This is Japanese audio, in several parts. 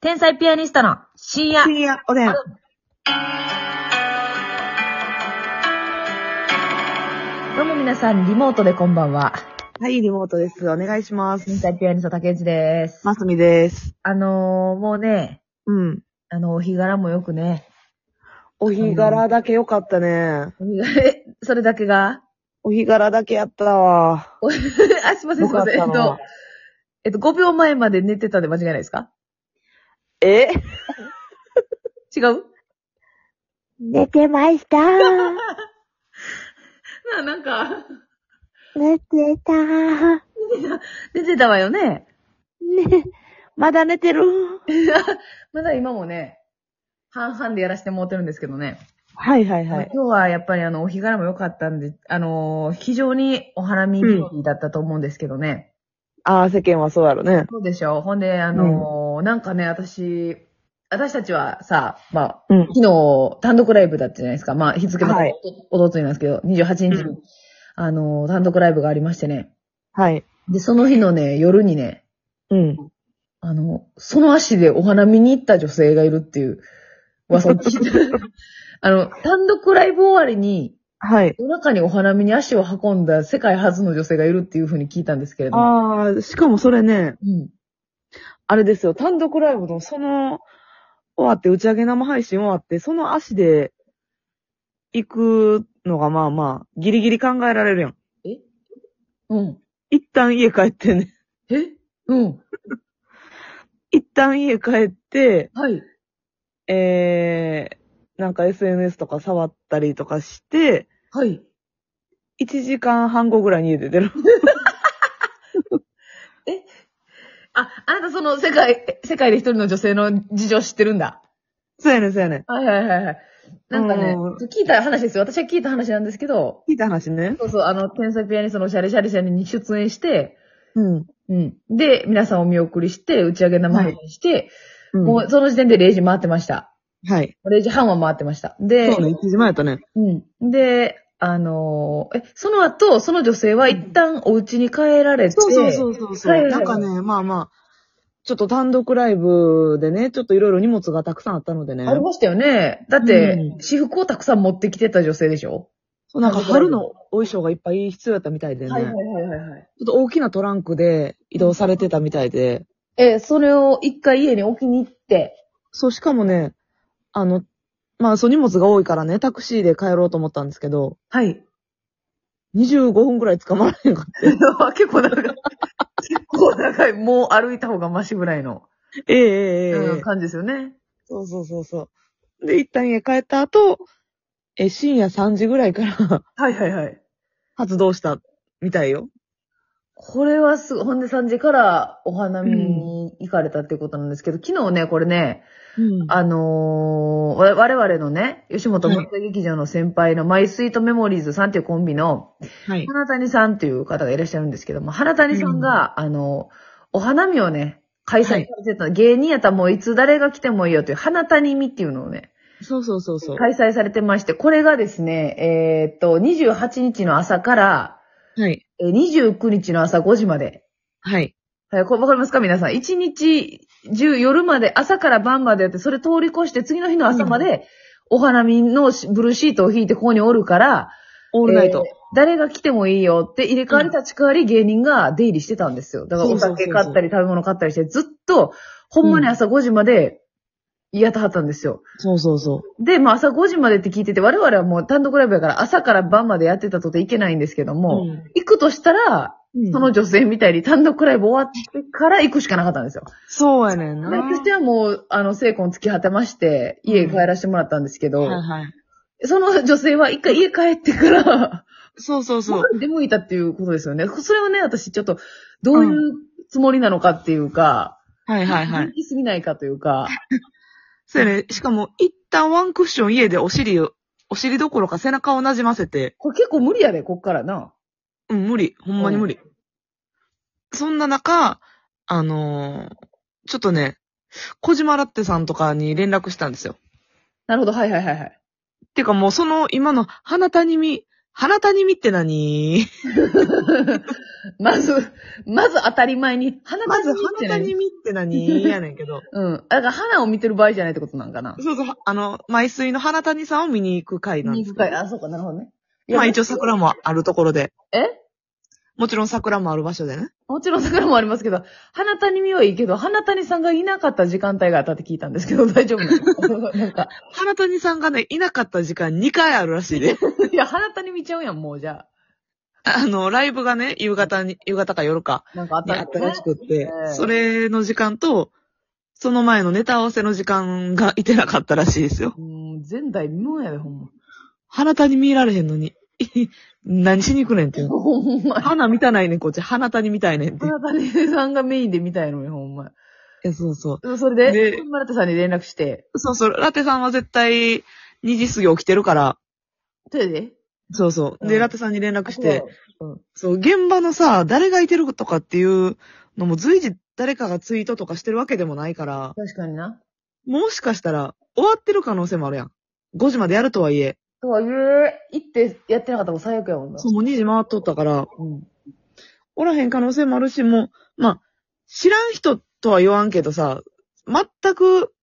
天才ピアニストの深夜。深夜おでん。どうも皆さん、リモートでこんばんは。はい、リモートです。お願いします。天才ピアニスト竹内です。ますみです。あのー、もうね、うん。あの、お日柄もよくね。 お日柄だけ良かったね。お日柄、えそれだけが お日柄だけやったわ。あ、すいません、す良いかまっせん。えたっとな、。えっと、5秒前まで寝てたんで間違いないですかえ違う寝てま した。な、なんか、寝てた。寝てたわよね。ね、まだ寝てる。まだ今もね、半々でやらせてもらってるんですけどね。はいはいまはあい。今日はやっぱりあの、お日柄も良かったんで、あのー非常にお花見日和だったと思うんですけどね。ああ、世間はそうやろね。そうでしょう。ほんで、あのーなんかね、私、私たちはさ、まあ、うん。昨日、単独ライブだったじゃないですか。まあ、日付もはいおとついなんですけど、28日に、うあのー単独ライブがありましてね。はい。で、その日のね、夜にね、うん。あの、その足でお花見に行った女性がいるっていう噂を聞い た。あの、単独ライブ終わりに、はい。夜中にお花見に足を運んだ世界初の女性がいるっていうふうに聞いたんですけれども。ああ、しかもそれね、うん。あれですよ、単独ライブのその、終わって、打ち上げ生配信終わって、その足で、行くのがまあまあ、ギリギリ考えられるやん。うん。一旦家帰ってね。 えうん。一旦家帰って、はい。えー、なんか SNS とか触ったりとかして、はい。 1時間半後ぐらいに家出てる。 あ、あなたその世界、世界で一人の女性の事情知ってるんだ。そうやねん、そうやねん。はいはいはいはい。なんかねう、聞いた話ですよ。私は聞いた話なんですけど、聞いた話ね。そうそう、あの、天才ピアニストのシャレシャレシャレに出演して、うん。うん。で、皆さんお見送りして、打ち上げ生配信して、うん、もうその時点で0時回ってました。はい。 0時半は回ってました。で、そうね、1時前やったね。うん。で、あのーえ、その後、その女性は一旦お家に帰られて、そうそうそうそうそう、はいはいはないんかね、まあまあ、ちょっと単独ライブでね、ちょっといろいろ荷物がたくさんあったのでねあ。りましたよね。だって、うん私服をたくさん持ってきてた女性でしょそうなんか春のお衣装がいっぱい必要だったみたいでね。ちょいはいはい。っと大きなトランクで移動されてたみたいで。え、それを一回家に置きに行って。そう、しかもね、あの、まあ、そう、荷物が多いからね、タクシーで帰ろうと思ったんですけど、はい。 25分くらい捕まらへんかっ 結構長い。結構長い。もう歩いた方がマシぐらいの、た。えええうん感じですよね。そうそうそうそう。で、一旦家帰った後、え、深夜3時ぐらいから はいはいはい。発動したみたいよ。これはすごい。ほんで3時からお花見に行かれたっていうことなんですけど、昨日ね、これね、うんあ、あのーわ我々のね、吉本文化劇場の先輩のマイスイートメモリーズさんっていうコンビの、はい。花谷さんっていう方がいらっしゃるんですけども、花谷さんが、あの、お花見をね、開催されてた、芸人やったらもういつ誰が来てもいいよという、花谷見っていうのをね、そうそうそうそう。開催されてまして、これがですね、えーっと、28日の朝から、はい。えー29日の朝5時まで。はい。はい、これわかりますか皆さん。1日中夜まで、朝から晩までやって、それ通り越して、次の日の朝まで、お花見のしブルーシートを引いてここにおるから、オールナイト。えー誰が来てもいいよって入れ替わり立ち替わり芸人が出入りしてたんですよ。だからお酒買ったり食べ物買ったりしてずっと、ほんまに朝5時までやってはったんですよ。そうそうそで、まあ朝5時までって聞いてて、我々はもう単独ライブやから朝から晩までやってたとていけないんですけどう。も、行くとしたら、うんその、女性みたいに単独ライブ終わってから行くしかなかったんですよ。そうやねんな。で私はもう、あの、聖子突き果てまして、家へ帰らせてもらったんですけど、はいはい。その女性は一回家帰ってから、そうそうそう。そう。出向いたっていうことですよね。それはね、私ちょっと、どういうつもりなのかっていうか、はいはいはい行。き過ぎないかというか、 そうやね。しかも、一旦ワンクッション家でお尻を、お尻どころか背中をなじませて、これ結構無理やで、こっからな。うん、無理。ほんまに無理。そんな中、あのーちょっとね、小島ラッテさんとかに連絡したんですよ。なるほど、はいはいはいはい。てかもうその今の花谷見花谷見って何まず、まず当たり前に、花まず谷って花何谷見って何やねんけど。うん。だから花を見てる場合じゃないってことなんかな。そうそう、あの、毎水の花谷さんを見に行く会なんです肉会、あ、そうか、なるほどね。まあ一応桜もあるところで。えもちろん桜もある場所でね。もちろん桜もありますけど、花谷美はいいけど、花谷さんがいなかった時間帯があったって聞いたんですけど、大丈夫なの なん か、花谷さんがね、いなかった時間2回あるらしい で。いや、花谷見ちゃうやん、もうじゃあの、ライブがね、夕方に、夕方か夜かあ。なんかあっにたあらったらしくって、ええそれの時間と、その前のネタ合わせの時間がいてなかったらしいですよ。うん、前代未聞やで、ほんま。花谷見られへんのに。 何しに行くねんっていう。ほんま。花見たないねん、こっち。花谷見たいねんっていう。花谷さんがメインで見たいのに、ほんま。いや、そうそう。でもそれで、で村田さんに連絡して、そうそう。ラテさんは絶対、2時過ぎ起きてるから、それでそうそう。で、うんラテさんに連絡して、うんそう、現場のさ、誰がいてるとかっていうのも随時誰かがツイートとかしてるわけでもないから、確かにな。もしかしたら終わってる可能性もあるやん。5時までやるとはいえ、とはいえ、行ってやってなかったらもう最悪やもんな。そう、もう2時回っとったから、うん。おらへん可能性もあるし、もう、まあ、知らん人とは言わんけどさ、全く、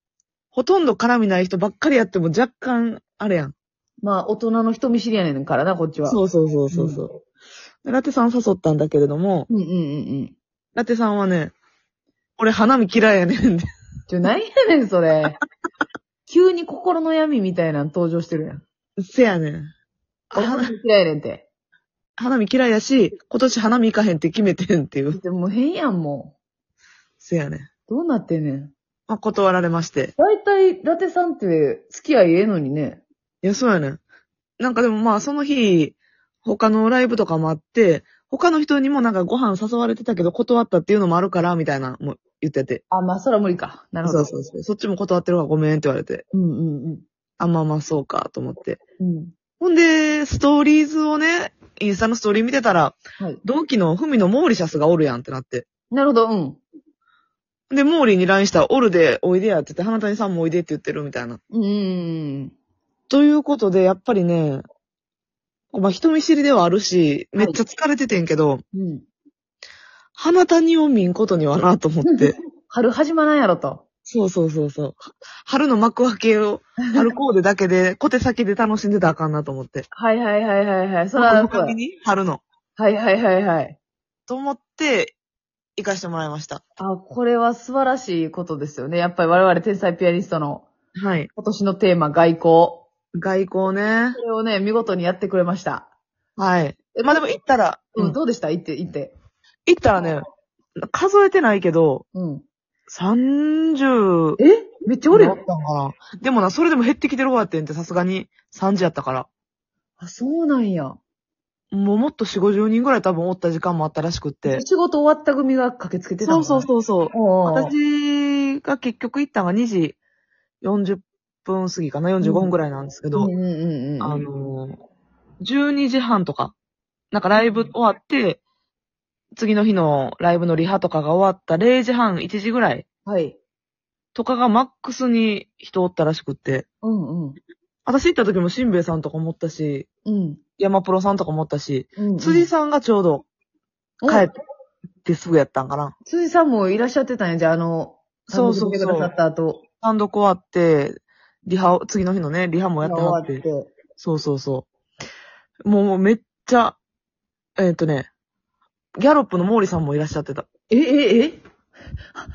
ほとんど絡みない人ばっかりやっても若干、あれやん。まあ、大人の人見知りやねんからな、こっちは。そうそうそうそうそう、でラテさん誘ったんだけれども、うんうんうんうん。ラテさんはね、俺花見嫌いやねんって。ちょ、なんやねん、それ。 急に心の闇みたいなの登場してるやん。 せやねん。俺花火嫌いやねんって。花見嫌いやし、今年花見行かへんって決めてんって いう。でもう変やん、もせやねん。う。どうなってんねん。まあ、断られまして。大体、ラテさんって付き合いええのにね。いや、そうやねん。なんかでもまあ、その日、他のライブとかもあって、他の人にもなんかご飯誘われてたけど断ったっていうのもあるから、みたいな、もう言ってて。あ、まあ、そら無理か。なるほそど。うそうそう。そっちも断ってるからごめんって言われて。うんうんうん。あ、まあまあ、そうか、と思って。うん。ほんで、ストーリーズをね、インスタのストーリー見てたら、はい。同期のふみのモーリシャスがおるやんってなって。なるほど、うん。で、モーリーに LINE したら、おるで、おいでやって言って、花谷さんもおいでって言ってるみたいな。うんうんうんということで、やっぱりね、まあ、人見知りではあるし、はめいっちゃ疲れててんけど、うん。うん。花谷を見んことにはなと 思って。春始まらんやろと。そうそうそうそう。は春の幕開けを、春コーデだ けで、小手先で楽しんでたらあかんなと思って。はいはいはいはいはい。そら、幕そうだ開けに春の。はいはいはいはい。と思って、行かしてもらいました。あ、これは素晴らしいことですよね。やっぱり我々天才ピアニストのはい。今年のテーマ、外交。外交ねそ。れをね、見事にやってくれました。はい。えまあでも行ったら、ううんん、どうでした行って、行って。行ったらね、数えてないけど、うん。 30、えめっちゃおるだよったんかな。でもな、それでも減ってきてる方やってんって、さすがに3時やったから。あ、そうなんや。もうもっと4、50人ぐらい多分おった時間もあったらしくって。仕事終わった組が駆けつけてたそうそうう。そうそう。おうおう私が結局行ったのが2時40分過ぎかな、45分ぐらいなんですけど、うんうんうんうん。あ、のー、12時半とか、なんかライブ終わって、次の日のライブのリハとかが終わった0時半、1時ぐらいはい。とかがマックスに人おったらしくって、うんうん。私行った時もしんべヱさんとかもおったし、うん。山プロさんとかもおったし、うんうん辻さんがちょうど帰ってすぐやったんかな。お辻さんもいらっしゃってたんや、じゃあ、あの、そうそうそう来てくださった後。単独終わって、リハを、次の日のね、リハもやってはっ終わってて。。そうそうそう。もうもうめっちゃ、えっ、とね、ギャロップの毛利さんもいらっしゃってた。え、え、え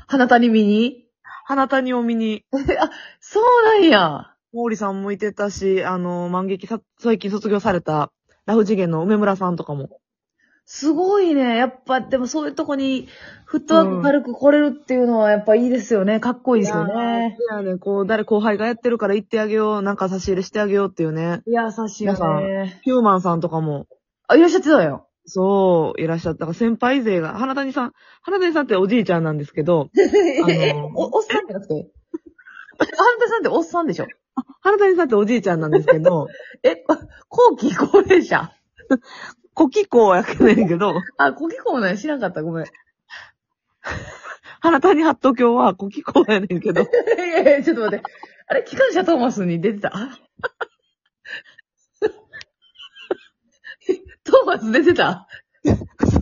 花谷見に花谷を見に、そうなんや。毛利さんもいてたし、あの、万劇さ、最近卒業された、ラフ次元の梅村さんとかも。すごいね。やっぱ、でもそういうとこに、フットワーク軽く来れるっていうのはやっぱいいですよね。かっこいいですよね。いやね、こう、誰、後輩がやってるから行ってあげよう、なんか差し入れしてあげようっていうね。いや、優しいよね。ヒューマンさんとかも、あ、いらっしゃってたよ。そう、いらっしゃった。だから先輩勢が、花谷さん、花谷さんっておじいちゃんなんですけど、え、お、おっさんじゃなくて。あんたさんっておっさんでしょ花谷さんっておじいちゃんなんですけど、 え、後期高齢者古希校やけどねんけど、あ、後期高齢者知らんかった。ごめん。い花谷ハット教は古希校やねんけど、 やいや、ちょっと待って。あれ、機関車トーマスに出てた トーマス出てたそ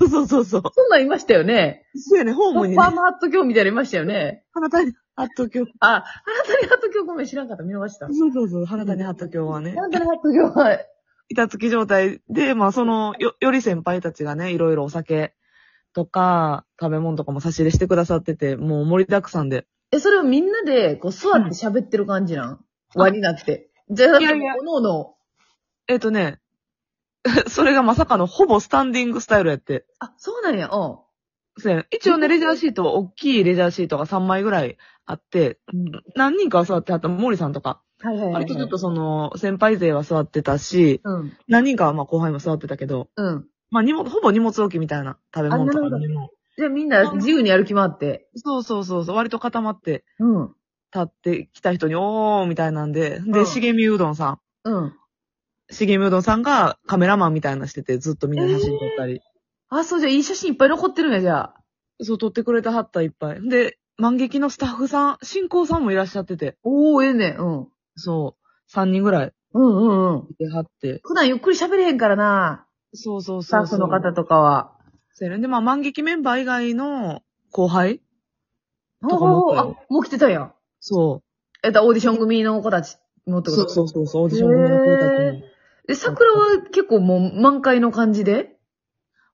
うそうそうそう。そんなんいましたよね。そうやね、ホーパムーに、ね。マハット教みたいなのいましたよね。花谷ハット教。あ、あなたにハット教ごめん知らんかった。見逃した。そうそうそう、花谷ハット教はね。あなたにハット教は、板付き状態で、まあその、よ、より先輩たちがね、いろいろお酒とか、食べ物とかも差し入れしてくださってて、もう盛りだくさんで。え、それをみんなで、こう、座って喋ってる感じなん、輪になって。じゃあ、だっいてやもいやう、おのおの、えっ、とね、 それがまさかのほぼスタンディングスタイルやって。あ、そうなんや、うん。そうやね一応ね、レジャーシート、大きいレジャーシートが3枚ぐらいあって、何人かは座ってはった、森さんとか。はいはいはい。割とちょっとその、先輩勢は座ってたし、うん。何人かはまあ後輩も座ってたけど、うん。まあ荷物、ほぼ荷物置きみたいな食べ物とかあなるほど飲み物じゃあみんな自由に歩き回って。そうそうそうそう、割と固まってうん。立ってきた人に、おーみたいなんで、うで、んしげみうどんさん。うん。しげみうどんさんがカメラマンみたいなのしてて、ずっとみんな写真撮ったり。あ、そうじゃあいい写真いっぱい残ってるんや、じゃあ。そう、撮ってくれてはったいっぱい。で、万劇のスタッフさん、進行さんもいらっしゃってて、おー、ええね。うん。そう、3人ぐらいうんうんうん。いてはって。普段ゆっくり喋れへんからな。そうそうスタそッうそフう。の方とかは。そうやねで、まあ、万劇メンバー以外の後輩ほとかもあ、もう来てたんや。そえっと、オーディション組の子たちもっう。てことそうそうそうそう、オーディション組の子たちへもー。え、桜は結構もう満開の感じで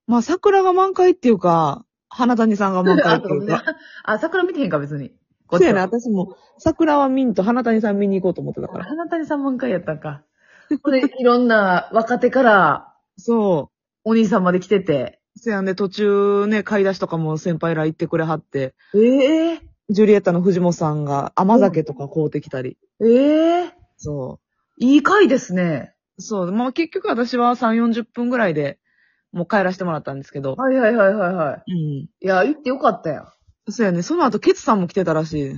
まあ、桜が満開っていうか、花谷さんが満開って いうか。 あ、桜見てへんか、別に。こっそうちはやね、私も、桜は見んと花谷さん見に行こうと思ってたから。花谷さん満開やったんか。これ、いろんな若手からそお兄さんまで来てて。う。そうやね、途中ね、買い出しとかも先輩ら行ってくれはって、ええジュリエッタの藤本さんが甘酒とか買うてきたり。ええそいい回ですね。う。そう。まあ、結局私は3、40分ぐらいで、もう帰らせてもらったんですけど。はいはいはいはいはうん。い。いや、行ってよかったやん。そうやね、その後、ケツさんも来てたらしい。